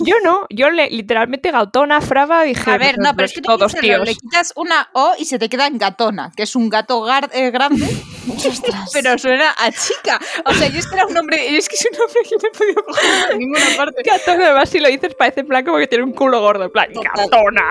Yo no, yo le, literalmente gautona, fraba, dije. A ver, no, pero es que te todos piénsalo, tíos. le quitas una O y se te queda en gatona, que es un gato gar- eh, grande, Ostras. pero suena a chica. O sea, yo es que era un nombre, yo es que es un nombre que no he podido coger en ninguna parte. Gatona, además, si lo dices, parece en plan como que tiene un culo gordo. En plan, Total. gatona.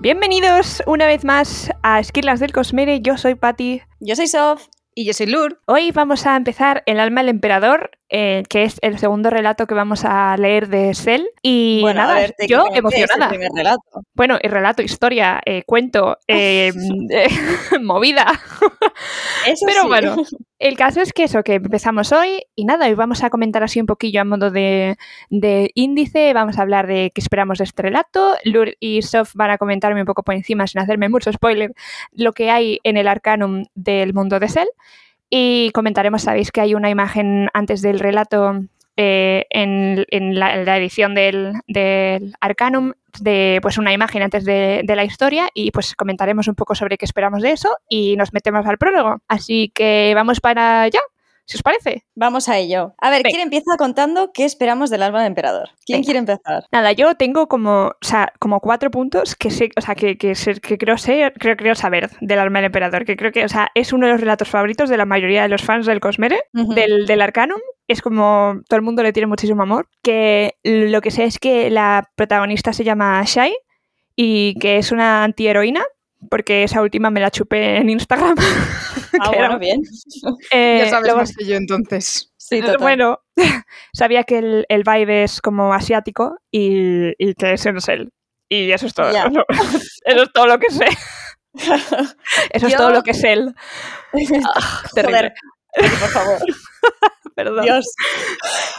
Bienvenidos una vez más a Esquilas del Cosmere. Yo soy Patti. Yo soy Sof. Y yo soy Lur. Hoy vamos a empezar El alma del emperador, eh, que es el segundo relato que vamos a leer de Sel. Y bueno, nada, a ver, yo técnicamente es el este emocionada. primer relato. Bueno, y relato, historia, eh, cuento, eh, eh, movida. Eso Pero sí. bueno, el caso es que eso, que empezamos hoy y nada, hoy vamos a comentar así un poquillo a modo de, de índice, vamos a hablar de qué esperamos de este relato, Lur y Sof van a comentarme un poco por encima, sin hacerme mucho spoiler, lo que hay en el arcanum del mundo de Cell y comentaremos, sabéis que hay una imagen antes del relato eh, en, en la, en la edición del, del Arcanum de pues una imagen antes de, de la historia y pues comentaremos un poco sobre qué esperamos de eso y nos metemos al prólogo. Así que vamos para allá, si os parece. Vamos a ello. A ver, Venga. ¿quién empieza contando qué esperamos del alma del emperador? ¿Quién Venga. quiere empezar? Nada, yo tengo como, o sea, como cuatro puntos que sé, o sea, que, que, sé- que creo sé, creo, creo saber del alma del emperador, que creo que, o sea, es uno de los relatos favoritos de la mayoría de los fans del Cosmere. Ujú. del, del Arcanum. Es como todo el mundo le tiene muchísimo amor. Que lo que sé es que la protagonista se llama Shai y que es una antiheroína, porque esa última me la chupé en Instagram. Ah, que era- bueno, bien. Eh, ya sabes luego- eh, más que yo entonces. pues, Sí, total. bueno, sabía que el, el vibe es como asiático y, y que ese no es él. Y eso es todo. Ya. ¿no? Eso es todo lo que sé. Eso es Yo- todo lo que es él. Terrible. Joder, por favor. Ah, Perdón. Dios.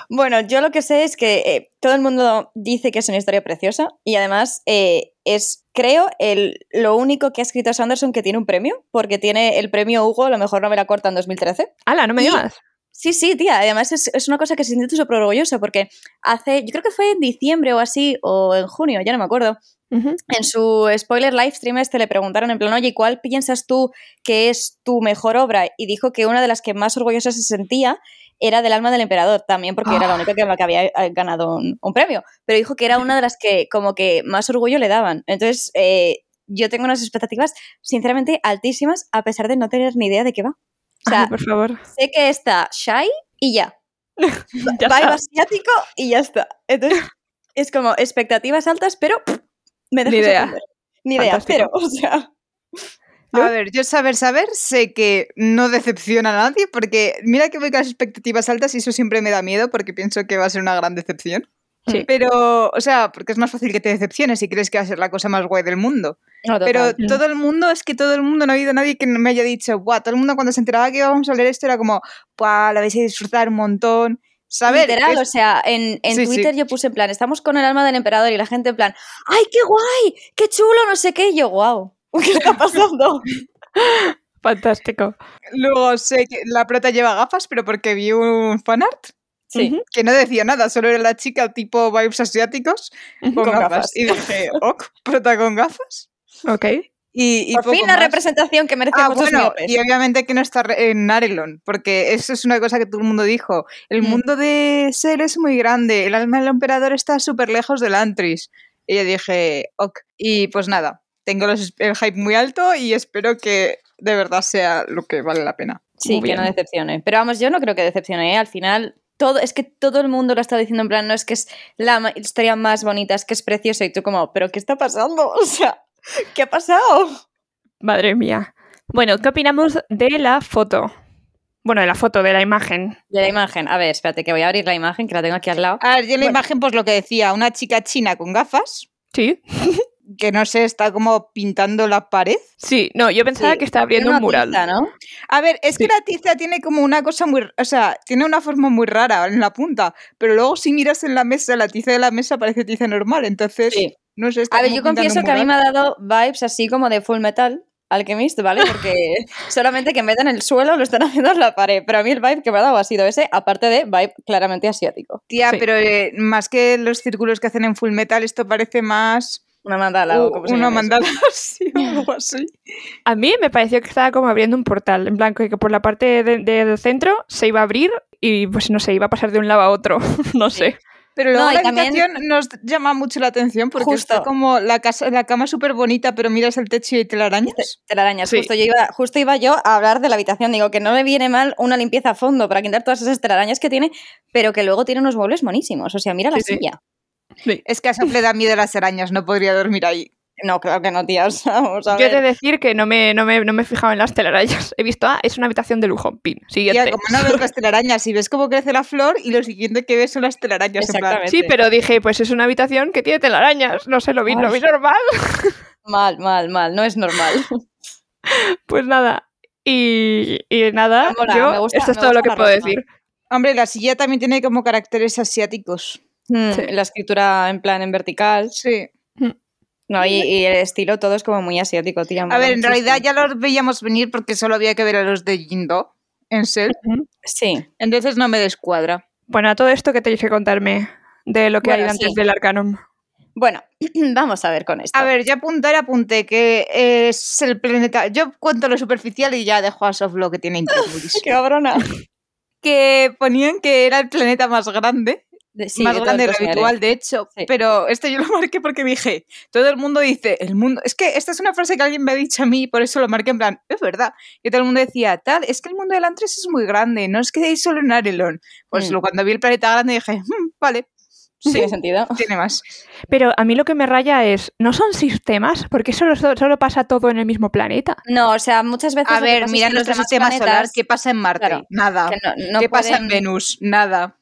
Bueno, yo lo que sé es que eh, todo el mundo dice que es una historia preciosa y además eh, es, creo, el, lo único que ha escrito Sanderson que tiene un premio, porque tiene el premio Hugo, a lo mejor no me la corta en 2013. Ala, no me Y- digas. Sí, sí, tía. Además es, es una cosa que se siente súper orgullosa porque hace, yo creo que fue en diciembre o así, o en junio, ya no me acuerdo, Ujú. en su spoiler live stream este le preguntaron en plan, oye, ¿cuál piensas tú que es tu mejor obra? Y dijo que una de las que más orgullosa se sentía era del alma del emperador, también porque era la única que, que había eh, ganado un, un premio, pero dijo que era una de las que como que más orgullo le daban. Entonces, eh, yo tengo unas expectativas sinceramente altísimas a pesar de no tener ni idea de qué va. O sea, Ay, por favor. sé que está Shy y ya. Ya Vibe está. asiático y ya está. Entonces, es como expectativas altas, pero pff, me dejo Ni idea. sorprender. Ni idea, Fantástico. pero, o sea, ¿No? A ver, yo saber, saber, sé que no decepciona a nadie, porque mira que voy con las expectativas altas y eso siempre me da miedo, porque pienso que va a ser una gran decepción. Sí. Pero, o sea, porque es más fácil que te decepciones si crees que va a ser la cosa más guay del mundo. Pero Mm. todo el mundo, es que todo el mundo, no ha habido nadie que me haya dicho, guau, todo el mundo cuando se enteraba que íbamos a leer esto era como, guau, la vais a disfrutar un montón. Saber, literal, es- o sea, en, en Sí, sí. Twitter yo puse en plan, estamos con el alma del emperador y la gente en plan, ¡ay, qué guay! ¡Qué chulo! No sé qué, y yo, wow. ¿Qué está pasando? Fantástico. luego sé que la prota lleva gafas, pero porque vi un fanart Sí, Ujú. que no decía nada, solo era la chica tipo vibes asiáticos con, Con gafas. gafas. Y dije, ok, prota con gafas. Ok. Y, y por poco fin la más. representación que merece Ah, muchos bueno, miopes. y obviamente que no está re- en Arelon, porque eso es una cosa que todo el mundo dijo. El Mm. mundo de Ser es muy grande, el alma del emperador está súper lejos del Antris. Y yo dije, ok. Y pues nada, tengo los- el hype muy alto y espero que de verdad sea lo que vale la pena. Sí, Muy que bien. no decepcione. Pero vamos, yo no creo que decepcione. ¿eh? Al final, todo, es que todo el mundo lo está diciendo en plan, no es que es la ma- historia más bonita, es que es preciosa. Y tú como, ¿pero qué está pasando? O sea, ¿qué ha pasado? Madre mía. Bueno, ¿qué opinamos de la foto? Bueno, de la foto, de la imagen. De la imagen. A ver, espérate, que voy a abrir la imagen, que la tengo aquí al lado. A ver, yo en la imagen, pues lo que decía, una chica china con gafas, Sí. que no sé, está como pintando la pared. Sí, no, yo pensaba Sí, que estaba Tiene abriendo una un mural. tiza, ¿no? A ver, es Sí. que la tiza tiene como una cosa muy. O sea, tiene una forma muy rara en la punta, pero luego si miras en la mesa, la tiza de la mesa parece tiza normal, entonces. Sí. No sé, está A ver, como yo pintando confieso un que a mí mural. me ha dado vibes así como de Full Metal Alchemist, ¿vale? Porque solamente que en vez de en el suelo lo están haciendo en la pared. Pero a mí el vibe que me ha dado ha sido ese, aparte de vibe claramente asiático. Tía, Sí. pero eh, más que los círculos que hacen en Full Metal, esto parece más Una mandala o Uh, u- como se una llama eso. mandala así o algo así. A mí me pareció que estaba como abriendo un portal, en plan que que por la parte de- de- del centro se iba a abrir y pues no sé, iba a pasar de un lado a otro, no sé. Pero No, luego y la también- habitación nos llama mucho la atención porque Justo. Este está como la, casa, la cama súper bonita, pero miras el techo y te la arañas. Telarañas. Sí. Justo, yo iba, justo iba yo a hablar de la habitación. Digo que no me viene mal una limpieza a fondo para quitar todas esas telarañas que tiene, pero que luego tiene unos muebles monísimos. O sea, mira la Sí, sí. silla. Es que a Saf le da miedo las arañas, no podría dormir ahí. No, claro que no, tía. O sea, vamos a Yo he de ver. decir que no me, no me, no me he fijado en las telarañas. He visto, ah, es una habitación de lujo, pin, Tía, siguiente. como no ves las telarañas y ves cómo crece la flor y lo siguiente que ves son las telarañas. en plan, Exactamente. Sí, pero dije, pues es una habitación que tiene telarañas, no sé, lo vi, lo vi Ay. normal. Mal, mal, mal. No es normal. Pues nada, y, y nada, Me mola, yo, me gusta- esto es me todo gusta lo que la puedo ropa. decir. Hombre, la silla también tiene como caracteres asiáticos. Mm, Sí. La escritura en plan en vertical. Sí. No, y, y el estilo todo es como muy asiático, tía. A mola ver, en muchísimo. realidad ya los veíamos venir porque solo había que ver a los de Jindo en Cell. Sí. Entonces no me descuadra. Bueno, a todo esto que tenéis que contarme de lo que Bueno, hay antes sí. del Arcanum. Bueno, vamos a ver con esto. A ver, yo apuntar, apunté que es el planeta. Yo cuento lo superficial y ya dejo a Sof lo que tiene Intrepidis. ¡Qué cabrona! que ponían que era el planeta más grande, De- sí, más de todos grande de lo los niveles. habitual, de hecho. Sí. Pero esto yo lo marqué porque dije, todo el mundo dice, el mundo. Es que esta es una frase que alguien me ha dicho a mí, por eso lo marqué en plan, es verdad. Y todo el mundo decía, tal, es que el mundo del Antris es muy grande, no os quedéis solo en Arelon. Pues Mm. lo- cuando vi el planeta grande dije, "Mm, vale, sí, ¿Tiene sentido? tiene más. Pero a mí lo que me raya es, ¿no son sistemas? Porque solo, solo pasa todo en el mismo planeta. No, o sea, muchas veces. A lo que pasa ver, es mira que los nuestro demás sistema solar, planetas ¿qué pasa en Marte? Claro, Nada. que no, no ¿Qué pasa en pueden- Venus? Nada.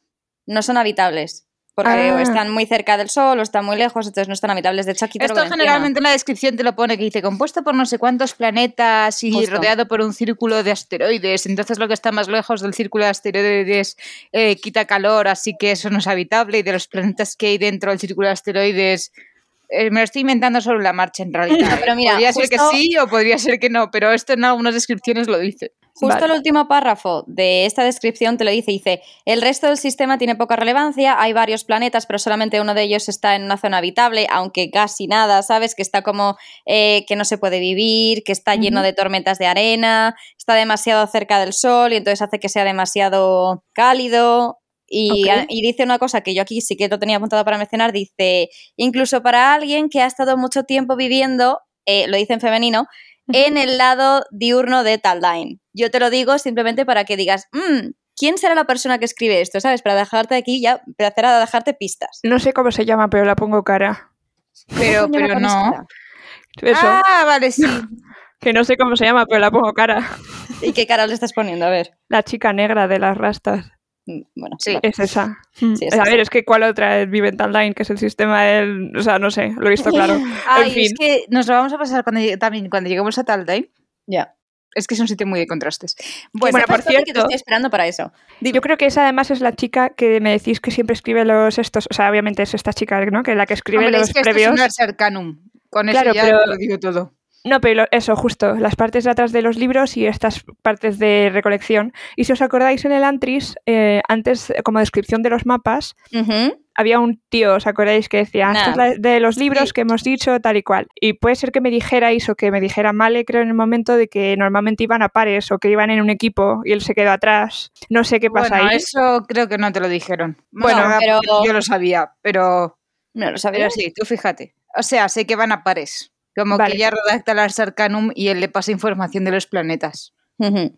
no son habitables. Porque o Ah. están muy cerca del sol o están muy lejos, entonces no están habitables. De hecho, aquí te lo Esto menciona. generalmente en la descripción te lo pone que dice compuesto por no sé cuántos planetas y Justo. rodeado por un círculo de asteroides. Entonces lo que está más lejos del círculo de asteroides eh, quita calor, así que eso no es habitable. Y de los planetas que hay dentro del círculo de asteroides, eh, me lo estoy inventando sobre la marcha en realidad. No, pero mira, podría ser justo- que sí o podría ser que no, pero esto en algunas descripciones lo dice. Justo Vale. el último párrafo de esta descripción te lo dice, dice, el resto del sistema tiene poca relevancia, hay varios planetas, pero solamente uno de ellos está en una zona habitable, aunque casi nada, ¿sabes? Que está como eh, que no se puede vivir, que está lleno Ujú. de tormentas de arena, está demasiado cerca del sol y entonces hace que sea demasiado cálido. Y, Ok. y dice una cosa que yo aquí sí que lo tenía apuntado para mencionar, dice, incluso para alguien que ha estado mucho tiempo viviendo, eh, lo dice en femenino, en el lado diurno de Taldain. Yo te lo digo simplemente para que digas, "Mm, ¿quién será la persona que escribe esto? ¿Sabes? Para dejarte aquí ya, para hacer a dejarte pistas. No sé cómo se llama, pero la pongo cara. Pero, Coño, pero me pones no. cara. Eso, Ah, vale, sí. que no sé cómo se llama, pero la pongo cara. ¿Y qué cara le estás poniendo? A ver. La chica negra de las rastas. Mm, Bueno, Sí. vale. Es esa. Mm. Sí, es a esa. ver, es que cuál otra es Vivental Line, que es el sistema del... O sea, no sé, lo he visto claro. Ay, es fin. que nos lo vamos a pasar cuando, llegue- también cuando lleguemos a tal day. Ya. Es que es un sitio muy de contrastes. Bueno, sepas, por Tony, que te cierto- estoy esperando para eso. Yo creo que esa además es la chica que me decís que siempre escribe los estos. O sea, obviamente es esta chica, ¿no? Que la que escribe Hombre, los es que esto es previos. un Ars Arcanum. Con eso Claro, ya pero- te lo digo todo. No, pero lo- eso, justo, las partes de atrás de los libros y estas partes de recolección. Y si os acordáis en el Antris, eh, antes, eh, como descripción de los mapas, Ujú. había un tío, ¿os acordáis? Que decía, Nah. "Esta es la de los libros Sí. que hemos dicho, tal y cual. Y puede ser que me dijerais o que me dijera Male, creo, en el momento de que normalmente iban a pares o que iban en un equipo y él se quedó atrás. No sé qué pasa bueno, ahí. eso creo que no te lo dijeron. Bueno, Nada, pero- porque yo lo sabía, pero... No lo Pero sabía. sí, tú fíjate. O sea, sé que van a pares. Como Vale. que ella redacta el Ars Arcanum y él le pasa información de los planetas. Ujú.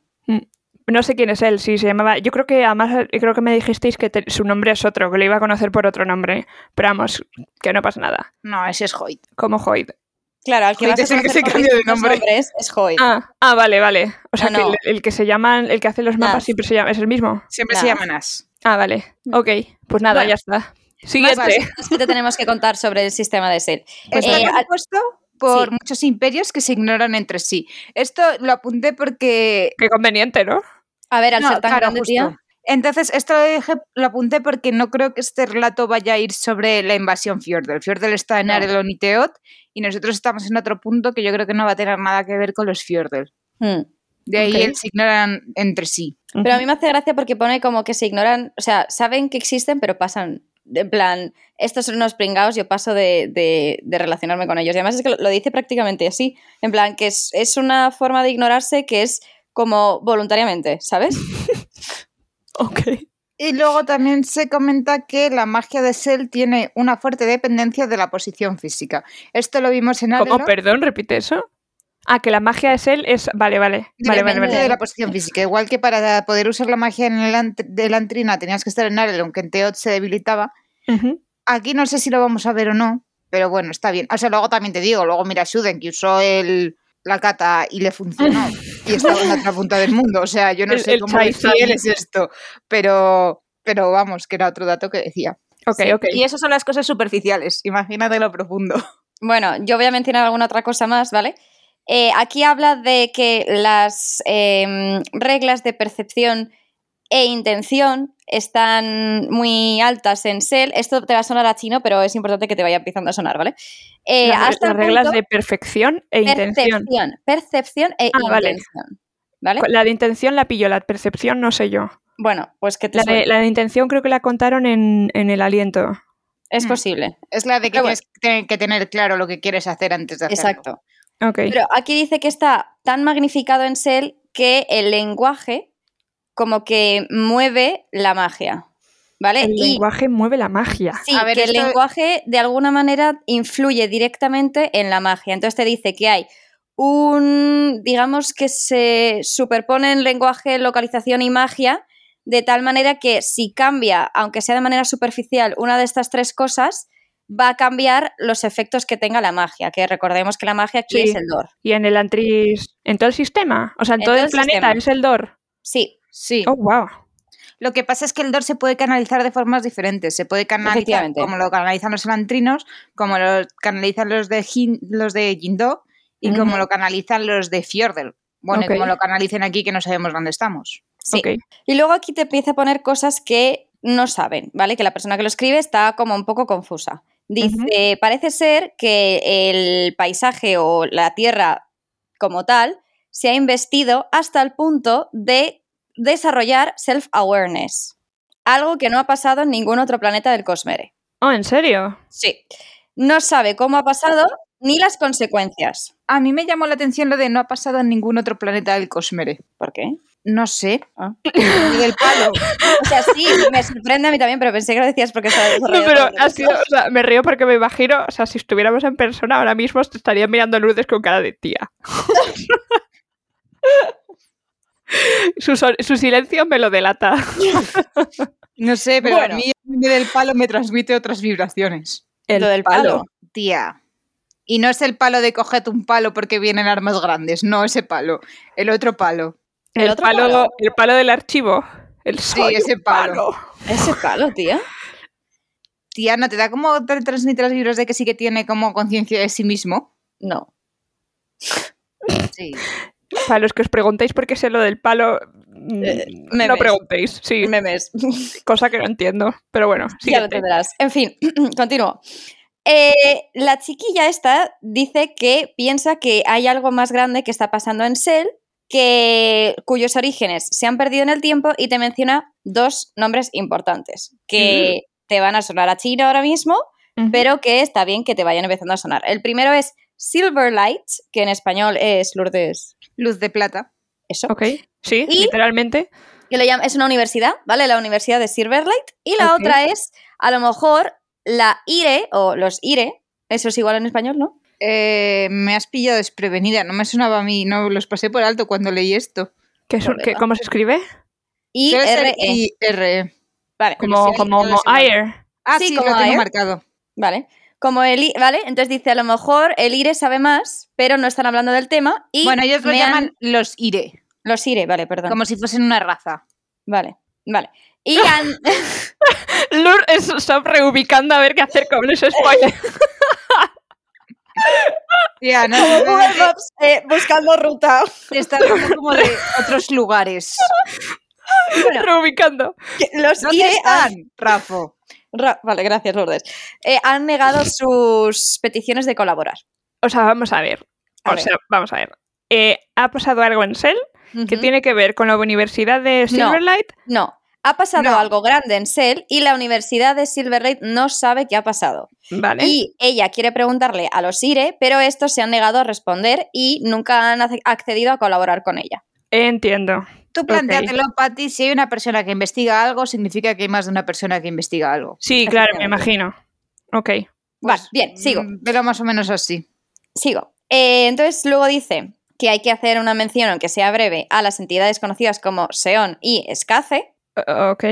No sé quién es él, si se llamaba. Yo creo que además eh, creo que me dijisteis que te- su nombre es otro, que lo iba a conocer por otro nombre. Pero vamos, que no pasa nada. No, ese es Hoyt. Eh. Como Hoyt. Claro, al que Hoyt vas a es el que conocer se por cambia sus de primeros nombre. nombres es Hoyt. Ah, ah, vale, vale. O sea, No, que no. El, el que se llama, el que hace los mapas Nas. siempre se llama, es el mismo. Siempre se Nada. llaman As. Ah, vale. Ok, pues nada, Mm. Bueno. ya está. Más Siguiente. cosas que te tenemos que contar sobre el sistema de SIL. Pues Está eh, al- compuesto por sí. muchos imperios que se ignoran entre sí. Esto lo apunté porque... Qué conveniente, ¿no? A ver, al No, ser tan claro, grande, justo. tía. Entonces, esto lo, dije- lo apunté porque no creo que este relato vaya a ir sobre la invasión Fjordel. Fjordel está en No. Arelon y Teot y nosotros estamos en otro punto que yo creo que no va a tener nada que ver con los Fjordel. Hmm. De ahí Ok. el se ignoran entre sí. Pero a mí me hace gracia porque pone como que se ignoran, o sea, saben que existen, pero pasan. En plan, estos son unos pringados, yo paso de, de- de relacionarme con ellos. Y además es que lo, lo dice prácticamente así. En plan, que es, es una forma de ignorarse que es como voluntariamente, ¿sabes? Ok. Y luego también se comenta que la magia de Sel tiene una fuerte dependencia de la posición física. Esto lo vimos en ¿Cómo? Arelon. Perdón, repite eso. Ah, que la magia de Sel es... Vale, vale. Vale, vale, Depende vale. de la posición física. Igual que para poder usar la magia en el ant- de la antrina tenías que estar en Arelon, que en Teot se debilitaba. Ujú. Aquí no sé si lo vamos a ver o no, pero bueno, está bien. O sea, luego también te digo, luego mira a Shuden que usó el, la cata y le funcionó y estaba en la otra punta del mundo. O sea, yo no El- sé el cómo de Chaizan. fiel es esto, pero, pero vamos, que era otro dato que decía. Ok, Sí, ok. Y esas son las cosas superficiales, imagínate lo profundo. Bueno, yo voy a mencionar alguna otra cosa más, ¿vale? Eh, aquí habla de que las em, reglas de percepción e intención están muy altas en SEL. Esto te va a sonar a chino, pero es importante que te vaya empezando a sonar, ¿vale? Eh, las, hasta las el reglas punto- de perfección e intención. percepción, percepción e Ah, vale. intención. ¿Vale? La de intención la pillo, la de percepción no sé yo. Bueno, pues que te La de, suelte. la de intención creo que la contaron en, en el aliento. es Mm. posible. Es la de que Pero bueno. tienes que tener- que tener claro lo que quieres hacer antes de hacerlo. Exacto. Ok. Pero aquí dice que está tan magnificado en Sel que el lenguaje como que mueve la magia. ¿Vale? el eh, Y lenguaje mueve la magia. sí, A ver, que el esto- lenguaje de alguna manera influye directamente en la magia. Entonces te dice que hay un, digamos que se superponen lenguaje, localización y magia de tal manera que si cambia, aunque sea de manera superficial, una de estas tres cosas, va a cambiar los efectos que tenga la magia, que recordemos que la magia aquí Sí. es el dor. Y en el antris. En todo el sistema. O sea, en, En todo, todo el el planeta. sistema. Es el Dor. Sí, Sí. Oh, wow. Lo que pasa es que el DOR se puede canalizar de formas diferentes. Se puede canalizar Efectivamente. como lo canalizan los elantrinos, como lo canalizan los de, Jin- los de Jindó y como Ujú. lo canalizan los de Fjordel. Bueno, y Ok. como lo canalicen aquí que no sabemos dónde estamos. sí. Ok. Y luego aquí te empieza a poner cosas que no saben, ¿vale? Que la persona que lo escribe está como un poco confusa. Dice, parece ser que el paisaje o la tierra como tal se ha investido hasta el punto de desarrollar self-awareness. Algo que no ha pasado en ningún otro planeta del Cosmere. Oh, ¿en serio? Sí. No sabe cómo ha pasado ni las consecuencias. A mí me llamó la atención lo de no ha pasado en ningún otro planeta del Cosmere. ¿Por qué? No sé. Ah. Ni del palo. O sea, sí, me sorprende a mí también, pero pensé que lo decías porque estaba No, desarrollado pero todo el ha sido, o sea, me río porque me imagino, o sea, si estuviéramos en persona ahora mismo te estarían mirando Lourdes con cara de tía. su, sol- su silencio me lo delata. No sé, pero Bueno. a mí ni del palo me transmite otras vibraciones. Lo del palo. Tía. Y no es el palo de coged un palo porque vienen armas grandes. No ese palo. El otro palo. El, ¿El otro palo, palo? el palo del archivo. El soy un ese palo. Ese palo, tío. Tía, ¿no te da como te transmite los libros de que sí que tiene como conciencia de sí mismo? No. Sí. Para los que os preguntéis por qué sé lo del palo, mm, Eh, no memes. preguntéis. Sí, Memes. cosa que no entiendo. Pero bueno, ya lo siguiente. entenderás. En fin, continúo. Eh, la chiquilla esta dice que piensa que hay algo más grande que está pasando en Sel, que, cuyos orígenes se han perdido en el tiempo y te menciona dos nombres importantes que te van a sonar a China ahora mismo, Ujú. pero que está bien que te vayan empezando a sonar. El primero es Silverlight, que en español es Lourdes. Luz de plata. Eso. Ok, sí, Y- literalmente. que lo llama- es una universidad, ¿vale? La Universidad de Silverlight. Y la Ok. otra es, a lo mejor, la IRE o los IRE. Eso es igual en español, ¿no? Eh, me has pillado desprevenida. No me sonaba a mí. No los pasé por alto cuando leí esto. ¿Qué es- qué- ¿Cómo se escribe? Debe ser IRE. IRE. E. Vale, Como, sí, como todos iguales. Ayer. Ah, Sí, sí, como lo tengo IRE. marcado. vale. como el I- ¿vale? Entonces dice, a lo mejor el IRE sabe más, pero no están hablando del tema. Y Bueno, ellos lo me han- llaman los IRE, Los IRE, vale, perdón. como si fuesen una raza. Vale, vale. Y han- Lur es- está reubicando a ver qué hacer con los spoilers. Ya, no, como Google simplemente Maps, eh, buscando ruta. te está hablando como de otros lugares. Bueno, reubicando. que los ¿Dónde IRE han- están, Rafo? Ra- Vale, gracias, Lourdes. Eh, han negado sus peticiones de colaborar. O sea, vamos a ver. A o ver. sea, vamos a ver. Eh, ha pasado algo en Cell que Ujú. tiene que ver con la Universidad de Silverlight. No, ha pasado No. algo grande en Cell y la Universidad de Silverlight no sabe qué ha pasado. Vale. Y ella quiere preguntarle a los IRE, pero estos se han negado a responder y nunca han ac- accedido a colaborar con ella. Entiendo. Tú planteatelo, Patti, si hay una persona que investiga algo, significa que hay más de una persona que investiga algo. Sí, claro, me imagino. Ok. Vale, Pues, bien, sigo. Mm, Pero más o menos así. Sigo. Eh, entonces luego dice que hay que hacer una mención, aunque sea breve, a las entidades conocidas como Seon y Escace. O- Ok.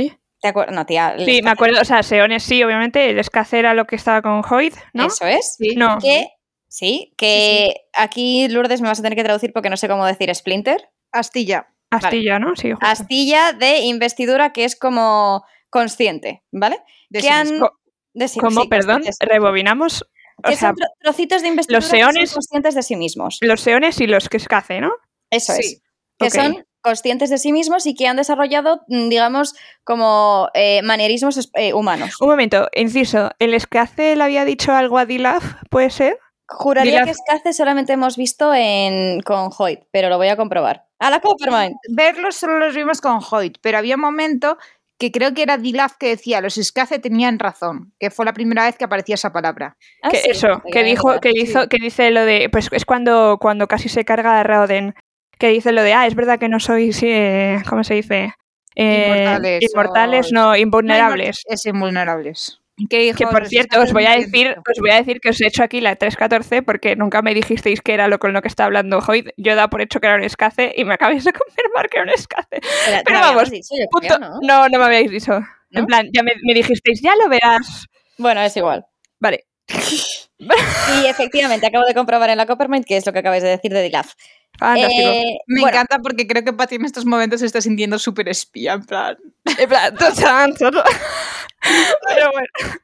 ¿Te acuerdas? No, tía. el Sí, me acuerdo. O sea, Seones sí, obviamente. El Escacer era lo que estaba con Hoyt, ¿no? Eso es. Sí. No. Que, sí, que aquí Lourdes me vas a tener que traducir porque no sé cómo decir Splinter. Astilla. Astilla, ¿no? Sí. Ah, justo. Astilla de investidura que es como consciente, ¿vale? de que sí han... mismo. de sí- ¿Cómo? sí, Perdón. conscientes. Rebobinamos. O que sea, son tro- trocitos de investidura que son seones- conscientes de sí mismos. los Seones y los que Escace, ¿no? Eso es. Sí. que Ok. son conscientes de sí mismos y que han desarrollado, mm, digamos, como eh, manierismos es- eh, humanos. Un momento, inciso. ¿El Escace le había dicho algo a Dilaf? ¿Puede ser? Juraría Dirás- que Scace solamente hemos visto en, con Hoyt, pero lo voy a comprobar. ¡A la Coppermine! Verlos solo los vimos con Hoyt, pero había un momento que creo que era Dilaf que decía los escace tenían razón, que fue la primera vez que aparecía esa palabra. Ah, que sí, eso, que me quedé dijo, en que sí. hizo, que dice lo de. Pues es cuando, cuando casi se carga a Raoden. Que dice lo de, ah, es verdad que no sois. eh, ¿Cómo se dice? Eh, Inmortales inmortales, o- no, invulnerables. Es invulnerables. Que, Que por cierto, os voy a decir, os voy a decir que os he hecho aquí la 314 porque nunca me dijisteis que era lo con lo que está hablando Hoyt. Yo he dado por hecho que era un escace y me acabéis de confirmar que era un escace. Espera, te Pero lo habíamos vamos, dicho, yo creo, Punto- ¿no? ¿no? no, me habíais dicho. En ¿No? plan, ya me, me dijisteis, ya lo verás. Bueno, es igual. Vale. Y efectivamente, acabo de comprobar en la Coppermine que es lo que acabáis de decir de Dilaf. Fantástico. Eh, Me bueno, encanta porque creo que Pati en estos momentos se está sintiendo súper espía, en plan. En plan, tú sabes, ¿no? Pero bueno.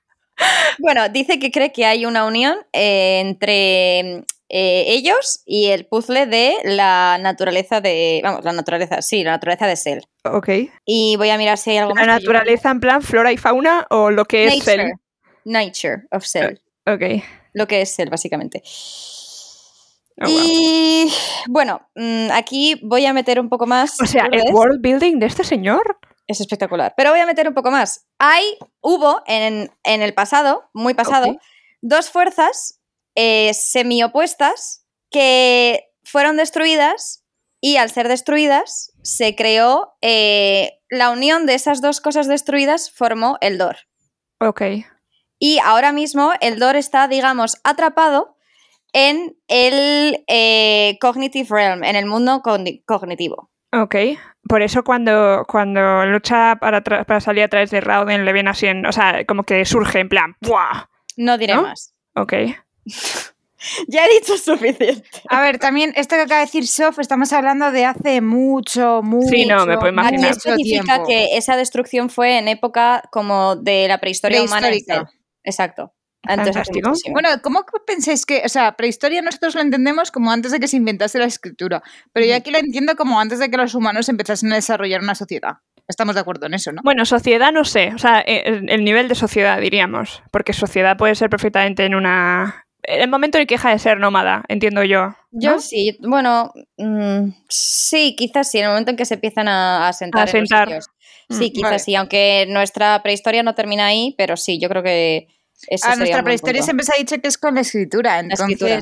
bueno, dice que cree que hay una unión eh, entre eh, ellos y el puzzle de la naturaleza de. Vamos, la naturaleza, sí, la naturaleza de Cell. Ok. Y voy a mirar si hay algo La más. que yo- naturaleza, en plan, flora y fauna o lo que es Nature. el. Nature of Eh. Cell. Ok. Lo que es Cell, básicamente. Oh, wow. Y bueno, mm, aquí voy a meter un poco más. O sea, el Lourdes. world building de este señor. Es espectacular. Pero voy a meter un poco más. Hay, hubo en, en el pasado, muy pasado, Ok. dos fuerzas eh, semiopuestas que fueron destruidas y al ser destruidas se creó eh, la unión de esas dos cosas destruidas formó el Dor. Ok. Y ahora mismo el Dor está, digamos, atrapado en el eh, Cognitive Realm, en el mundo cogni- cognitivo. Ok. Por eso cuando, cuando lucha para, tra- para salir a través de Rauden le viene así en- O sea, como que surge en plan. ¡buah! No diré ¿No? más. Ok. Ya he dicho suficiente. A ver, también esto que acaba de decir Sof, estamos hablando de hace mucho, mucho. Sí, no, me puedo mucho Aquí imaginar. especifica tiempo. que esa destrucción fue en época como de la prehistoria humana. en Prehistórica. Cell. Exacto. Antes hace Fantástico. muchísimo. Bueno, ¿cómo que pensáis que, o sea, prehistoria nosotros lo entendemos como antes de que se inventase la escritura, pero yo Ujú. aquí la entiendo como antes de que los humanos empezasen a desarrollar una sociedad. Estamos de acuerdo en eso, ¿no? Bueno, sociedad no sé. O sea, eh, el, el nivel de sociedad, diríamos. Porque sociedad puede ser perfectamente en una. en El momento en el que deja de ser nómada, entiendo yo. yo ¿no? sí, yo- bueno, mm, sí, quizás sí, en el momento en que se empiezan a, a sentar. A en los sentar. sitios. Sí, Mm, quizás vale. sí, aunque nuestra prehistoria no termina ahí, pero sí, yo creo que eso a Ah, sería un Ah, nuestra buen prehistoria punto. siempre se ha dicho que es con la escritura, entonces. escritura.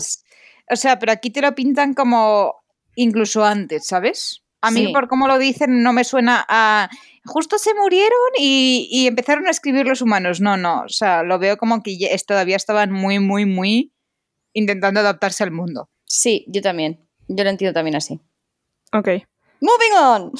O sea, pero aquí te lo pintan como incluso antes, ¿sabes? A mí, Sí. por cómo lo dicen, no me suena a. Justo se murieron y, y empezaron a escribir los humanos. No, no. O sea, lo veo como que ya- es- todavía estaban muy, muy, muy intentando adaptarse al mundo. Sí, yo también. Yo lo entiendo también así. Ok. Moving on.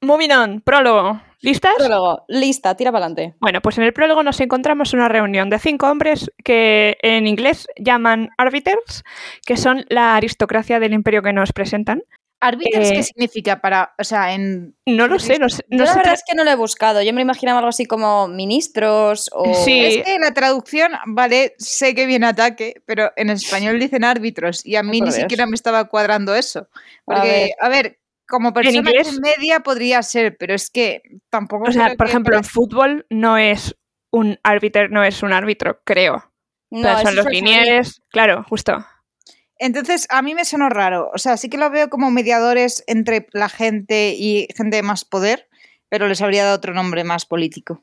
Moving on, prólogo. ¿Listas? Prólogo, lista, tira para adelante. Bueno, pues en el prólogo nos encontramos una reunión de cinco hombres que en inglés llaman arbiters, que son la aristocracia del imperio que nos presentan. ¿Árbitros Eh, qué significa para, o sea, en... No lo sé, no, sé- no Yo la sé. verdad es que no lo he buscado. Yo me lo imaginaba algo así como ministros o. Sí. Es que la traducción, vale, sé que viene ataque, pero en español dicen árbitros Oh, y a mí por ni Dios. siquiera me estaba cuadrando eso. A Porque, a ver, como persona inglés? que media podría ser, pero es que tampoco... O sea, creo por que ejemplo, para- en fútbol no es un árbitro, no es un árbitro, creo. No, O sea, eso son los es- linieres, claro, justo. Entonces, a mí me sonó raro. O sea, sí que lo veo como mediadores entre la gente y gente de más poder, pero les habría dado otro nombre más político.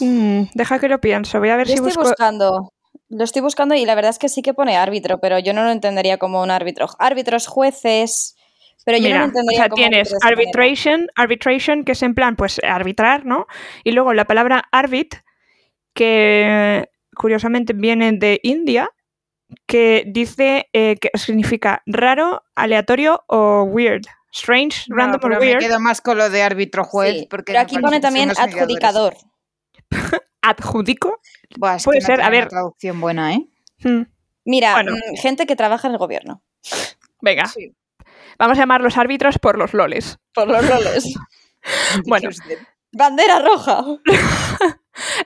Mm, deja que lo pienso, voy a ver Yo si estoy busco. buscando. Lo estoy buscando y la verdad es que sí que pone árbitro, pero yo no lo entendería como un árbitro. Árbitros, jueces. Pero yo no Mira, lo o entendería sea, como tienes árbitro de esa manera. arbitration, arbitration, que es en plan, pues, arbitrar, ¿no? Y luego la palabra arbit, que curiosamente viene de India, que dice eh, que significa raro, aleatorio o weird. Strange, No, random pero or me weird. quedo más con lo de árbitro juez. Sí, porque pero me aquí parece pone que son también los mediadores. adjudicador. Adjudico. Buah, es Puede que no ser, a tiene ver. una traducción buena, ¿eh? Hmm, Mira, Bueno. mm, gente que trabaja en el gobierno. Venga, Sí. vamos a llamar los árbitros por los loles. Por los roles. Bueno, Bandera roja.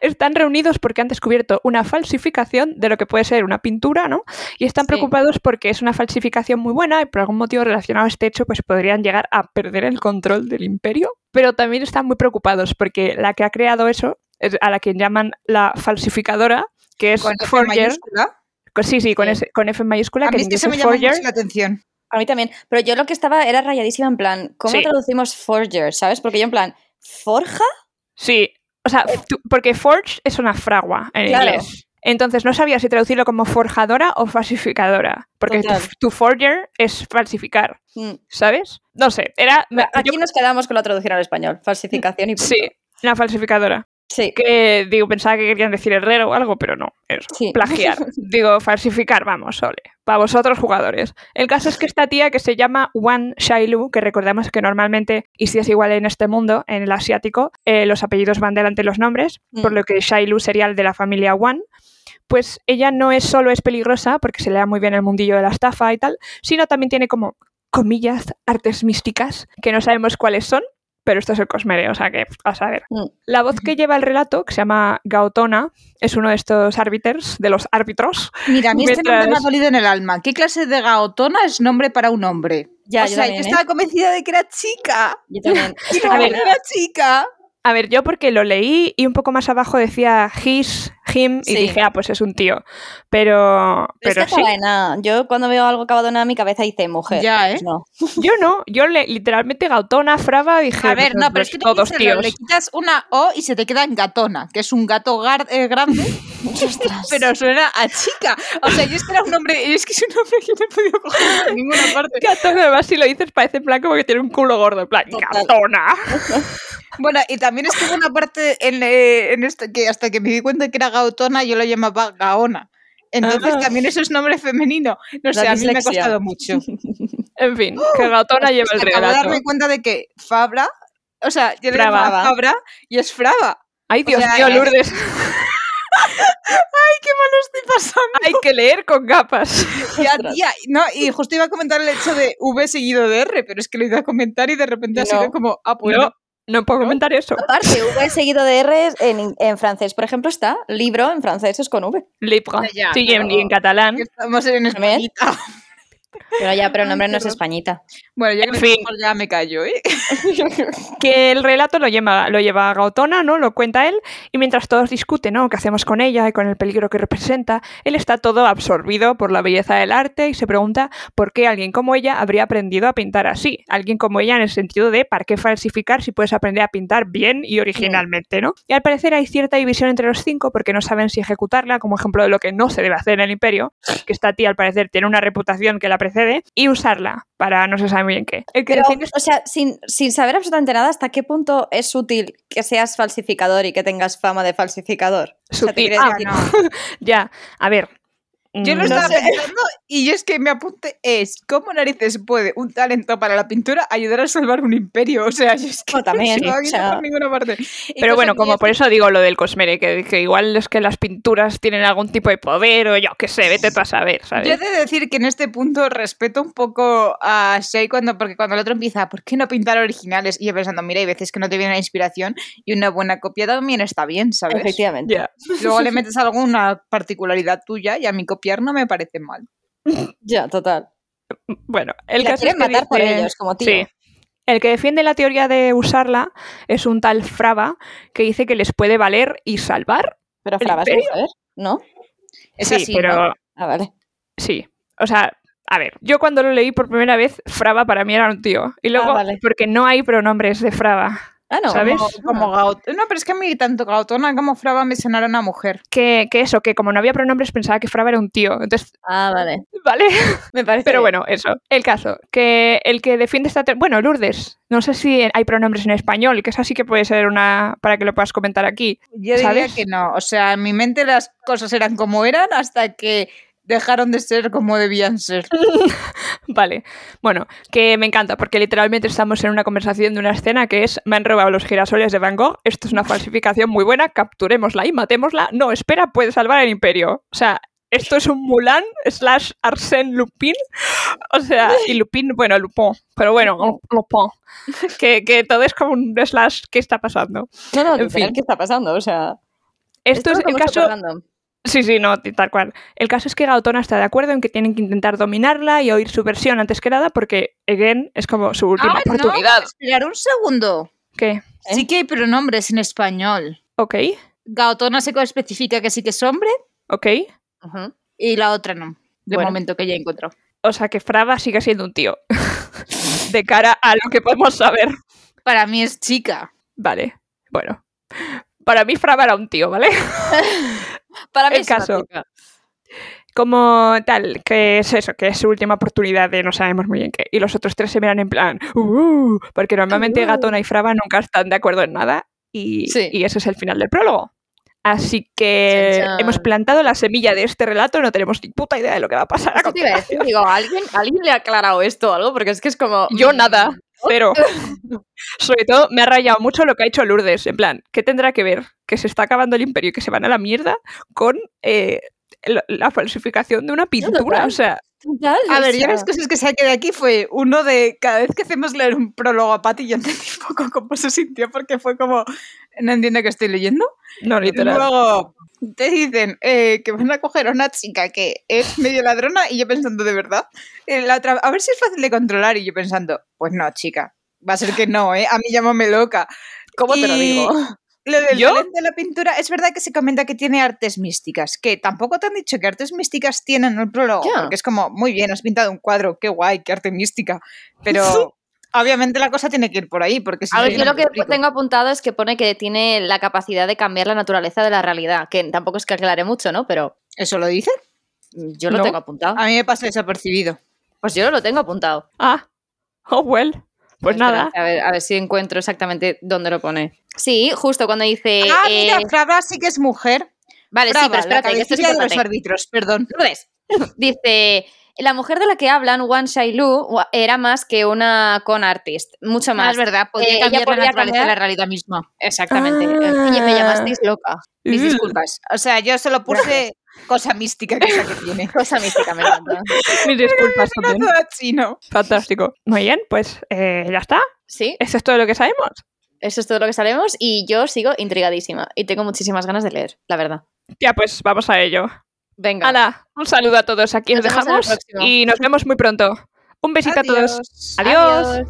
están reunidos porque han descubierto una falsificación de lo que puede ser una pintura, ¿no? Y están Sí. preocupados porque es una falsificación muy buena y por algún motivo relacionado a este hecho, pues podrían llegar a perder el control del imperio. Pero también están muy preocupados porque la que ha creado eso, es a la que llaman la falsificadora, que es Con F Forger. mayúscula. con- Sí, sí, con, Sí. ese- con F mayúscula, A que en mí es que inglés se me es llama mucho Forger. la atención. A mí también. Pero yo lo que estaba era rayadísima en plan, ¿cómo Sí. traducimos forger? ¿Sabes? Porque yo en plan, ¿forja? Sí, o sea, tú- porque forge es una fragua en Eh, Claro. inglés. Entonces no sabía si traducirlo como forjadora o falsificadora, porque tu, Total. tu forger es falsificar, Mm. ¿sabes? No sé, era me- Aquí yo- nos quedamos con la traducción al español. Falsificación y punto. sí, la falsificadora. Sí. Que digo, pensaba que querían decir herrero o algo, pero no, eso. Sí. Plagiar. Digo, falsificar, vamos, ole. Para vosotros jugadores. El caso es que esta tía que se llama Wan Shailu, que recordamos que normalmente, y si es igual en este mundo, en el asiático, eh, los apellidos van delante de los nombres, Mm. por lo que Shailu sería el de la familia Wan. Pues ella no es solo es peligrosa, porque se le da muy bien el mundillo de la estafa y tal, sino también tiene como comillas, artes místicas, que no sabemos cuáles son, pero esto es el cosmere, o sea que a saber. Mm. La voz que lleva el relato, que se llama Gautona, es uno de estos árbiters, de los árbitros, Mira, a mí este nombre me ha Mientras- dolido en el alma. ¿Qué clase de gaotona es nombre para un hombre? o Ya, yo sea, también, ¿eh? estaba convencida de que era chica. Yo también. Es que No, A ver. era chica. A ver, yo porque lo leí y un poco más abajo decía his, him, y Sí. dije, ah, pues es un tío. Pero, es pero que sí, acaba en A. Yo cuando veo algo acabado en A, mi cabeza dice mujer. Ya, Pues ¿eh? no. yo no, yo le- literalmente Gautona, Frava, dije, A ver, no, pero pues es que tú todos piénsalo, tíos. le quitas una O y se te queda en gatona, que es un gato gar- eh, grande, Ostras. pero suena a chica. O sea, yo es que era un nombre, es que es un nombre que no he podido coger de ninguna parte. Gautona, además, si lo dices, parece en plan como que tiene un culo gordo, en plan, Total. Gautona. Bueno, y también es que hubo una parte en, eh, en esto que hasta que me di cuenta que era gaotona, yo lo llamaba gaona. Entonces Ah. también eso es nombre femenino. No La sé, a mí me ha dislexia. costado mucho. En fin, que Gautona lleva el Hasta acabo de relato. darme cuenta de que Fabra, o sea, yo le Fraba. llamaba Fabra y es Fraba. Ay, Dios sea, mío, es- Lourdes, Ay, qué malo estoy pasando. hay que leer con gafas. Ya, Ostras. tía, no, y justo iba a comentar el hecho de V seguido de R, pero es que lo he ido a comentar y de repente ha No. sido como, ah, pues No, no. no puedo comentar eso. Aparte, V seguido de R en, en francés. Por ejemplo, está libro en francés es con V. Libra. Ya, Sí, y en, pero- y en catalán. que estamos en E? También. Españita. Pero ya, pero el nombre no es Qué horror. españita. Bueno, yo En creo que fin. mejor ya me callo, ¿eh? que el relato lo lleva, lo lleva Gautona, ¿no? Lo cuenta él, y mientras todos discuten, ¿no? ¿Qué hacemos con ella y con el peligro que representa? Él está todo absorbido por la belleza del arte y se pregunta por qué alguien como ella habría aprendido a pintar así. Alguien como ella en el sentido de ¿para qué falsificar si puedes aprender a pintar bien y originalmente, ¿no? Y al parecer hay cierta división entre los cinco porque no saben si ejecutarla, como ejemplo de lo que no se debe hacer en el imperio, que esta tía al parecer tiene una reputación que la precede, y usarla para no se sabe muy bien qué. El que Pero, defiende o sea, sin, sin saber absolutamente nada, ¿hasta qué punto es útil que Ah, seas falsificador y que tengas fama de falsificador? O sea, te Sutil. quiero Ah, decir- Ya, a ver. mm, Yo lo no estaba sé. pensando y yo es que me apunte es cómo narices puede un talento para la pintura ayudar a salvar un imperio. O sea, yo es que No, también, no lo o he visto sea. por ninguna parte. Y Pero cosas bueno, que como yo- por eso digo lo del Cosmere, que, que igual es que las pinturas tienen algún tipo de poder o yo qué sé, vete tú a saber, ¿sabes? Yo he de decir que en este punto respeto un poco a Shay cuando, porque cuando el otro empieza, ¿por qué no pintar originales? Y yo pensando, mira, hay veces que no te viene la inspiración y una buena copia también está bien, ¿sabes? Efectivamente. Ya. Luego le metes alguna particularidad tuya y a mí copiar no me parece mal. Ya, total. Bueno, el La caso quieren es que matar por dice- ellos, como tío. Sí. El que defiende la teoría de usarla es un tal Fraba que dice que les puede valer y salvar. Pero ¿El Fra, vas a imperio? ver, ¿no? Es sí, así, pero ¿no? Ah, vale. sí. O sea, a ver, yo cuando lo leí por primera vez, Fraba para mí era un tío. Y luego, vale. porque no hay pronombres de Fraba. Ah, no. ¿Sabes? Como, como Gaut- No, pero es que a mí tanto Gautona como Fraba me sonaron a mujer. Que, que eso, que como no había pronombres pensaba que Fraba era un tío. Entonces, Ah, vale. vale. Me parece. Pero bien. bueno, eso. El caso, que el que defiende esta... te- Bueno, Lourdes, no sé si hay pronombres en español, que esa sí que puede ser una... para que lo puedas comentar aquí. Yo ¿Sabes? diría que no. O sea, en mi mente las cosas eran como eran hasta que dejaron de ser como debían ser. Vale. Bueno, que me encanta, porque literalmente estamos en una conversación de una escena que es, me han robado los girasoles de Van Gogh, esto es una falsificación muy buena, capturémosla y matémosla. No, espera, puede salvar el imperio. O sea, esto es un Mulan slash Arsène Lupin. O sea, y Lupin, bueno, Lupin, pero bueno, Lupin. Que, que todo es como un slash, ¿qué está pasando? No, no, en literal, fin. ¿qué está pasando? O sea. Esto es como el súper caso... random. Sí, sí, no, t- tal cual. El caso es que Gautona está de acuerdo en que tienen que intentar dominarla y oír su versión antes que nada, porque, again, es como su última Ah, no, oportunidad. Esperar un segundo. ¿Qué? ¿Eh? Sí que hay pronombres en español. Ok, Gautona se especifica que sí que es hombre ok. Ujú. y la otra no. De Bueno. momento que ya encontró. O sea que Fraba sigue siendo un tío. de cara a lo que podemos saber. Para mí es chica. Vale, bueno. Para mí Fraba era un tío, ¿vale? Para mí El es una caso. chica. Como tal, que es eso, que es su última oportunidad de no sabemos muy bien qué. Y los otros tres se miran en plan, "Uh", porque normalmente Uh. Gatona y Fraba nunca están de acuerdo en nada. Y, Sí. y ese es el final del prólogo. Así que Chan, chan. hemos plantado la semilla de este relato, no tenemos ni puta idea de lo que va a pasar. a Eso te iba a decir, digo, ¿alguien, ¿alguien le ha aclarado esto o algo? Porque es que es como. mm, Yo nada, cero. Sobre todo me ha rayado mucho lo que ha hecho Lourdes. En plan, ¿qué tendrá que ver que se está acabando el imperio y que se van a la mierda con eh, la, la falsificación de una pintura? total. O sea, Total, A o ver, yo sea, las cosas que saqué de aquí fue uno de cada vez que hacemos leer un prólogo a Patty, yo entendí un poco cómo se sintió porque fue como, no entiendo que estoy leyendo. no, literal. Luego te dicen eh, que van a coger a una chica que es medio ladrona y yo pensando de verdad, eh, la otra, a ver si es fácil de controlar y yo pensando, pues no, chica, va a ser que no, ¿eh? A mí llámame loca. ¿Cómo te lo y- digo? Lo del ¿Yo? talento de la pintura, es verdad que se comenta que tiene artes místicas, que tampoco te han dicho qué artes místicas tienen en el prólogo, Ya. porque es como, muy bien, has pintado un cuadro, qué guay, qué arte mística, pero... Obviamente la cosa tiene que ir por ahí, porque si A no, ver, yo yo no lo te que explico. tengo apuntado es que pone que tiene la capacidad de cambiar la naturaleza de la realidad, que tampoco es que aclare mucho, ¿no? Pero mm, ¿Eso lo dice? yo lo No. tengo apuntado. A mí me pasa desapercibido. Ah, Pues yo lo tengo apuntado. Ah, oh well. Pues Espera, nada. A ver, a ver si encuentro exactamente dónde lo pone. Sí, justo cuando dice. ah, eh, mira, Fraba sí que es mujer. vale, sí, Fraba, pero espérate, que la esto es cabecilla de los importante. árbitros, perdón. Lourdes. Dice, la mujer de la que hablan, Wan Shai Lu, wa- era más que una con artist, Ah, mucho Más más. es verdad, Eh, podía ella cambiar la podía naturaleza de cambiar. la realidad misma. Exactamente. Ah. Oye, me llamasteis loca. Mis Mm. disculpas. O sea, yo solo puse cosa mística que es la que tiene. Cosa mística, me encanta. Mis disculpas Era también. todo Ah, chino. Fantástico. Muy bien, pues eh, ya está. Sí, Eso es todo lo que sabemos. eso es todo lo que sabemos y yo sigo intrigadísima y tengo muchísimas ganas de leer, la verdad. Ya, pues vamos a ello. Venga. Hala, un saludo a todos. Aquí os Nos vemos en el dejamos próximo. y nos vemos muy pronto. Un besito a todos. Adiós. Adiós. Adiós.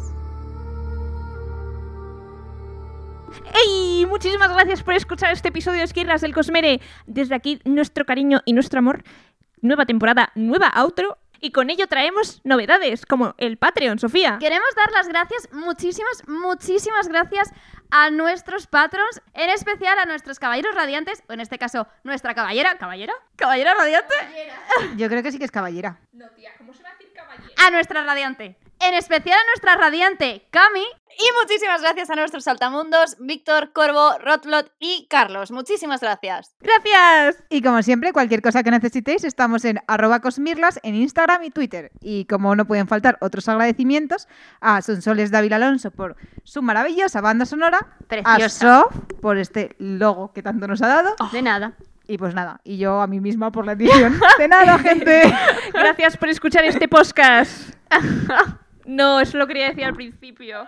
¡Ey! Muchísimas gracias por escuchar este episodio de Esquirlas del Cosmere. Desde aquí, nuestro cariño y nuestro amor. Nueva temporada, nueva outro. Y con ello traemos novedades, como el Patreon, Sofía. Queremos dar las gracias, muchísimas, muchísimas gracias a nuestros patrons, en especial a nuestros caballeros radiantes, o en este caso, nuestra caballera. ¿Caballera? ¿Caballera radiante? Yo creo que sí que es caballera. A nuestra radiante. en especial a nuestra radiante Cami. Y muchísimas gracias a nuestros saltamundos, Víctor, Corvo, Rotlot y Carlos. Muchísimas gracias. ¡Gracias! Y como siempre, cualquier cosa que necesitéis, estamos en arroba cosmirlas en Instagram y Twitter. Y como no pueden faltar otros agradecimientos, a Sonsoles Dávila Alonso por su maravillosa banda sonora, a Preciosa. Sof por este logo que tanto nos ha dado, De nada. y pues nada, y yo a mí misma por la edición. De nada, gente. Gracias por escuchar este podcast. No, eso lo quería decir al principio.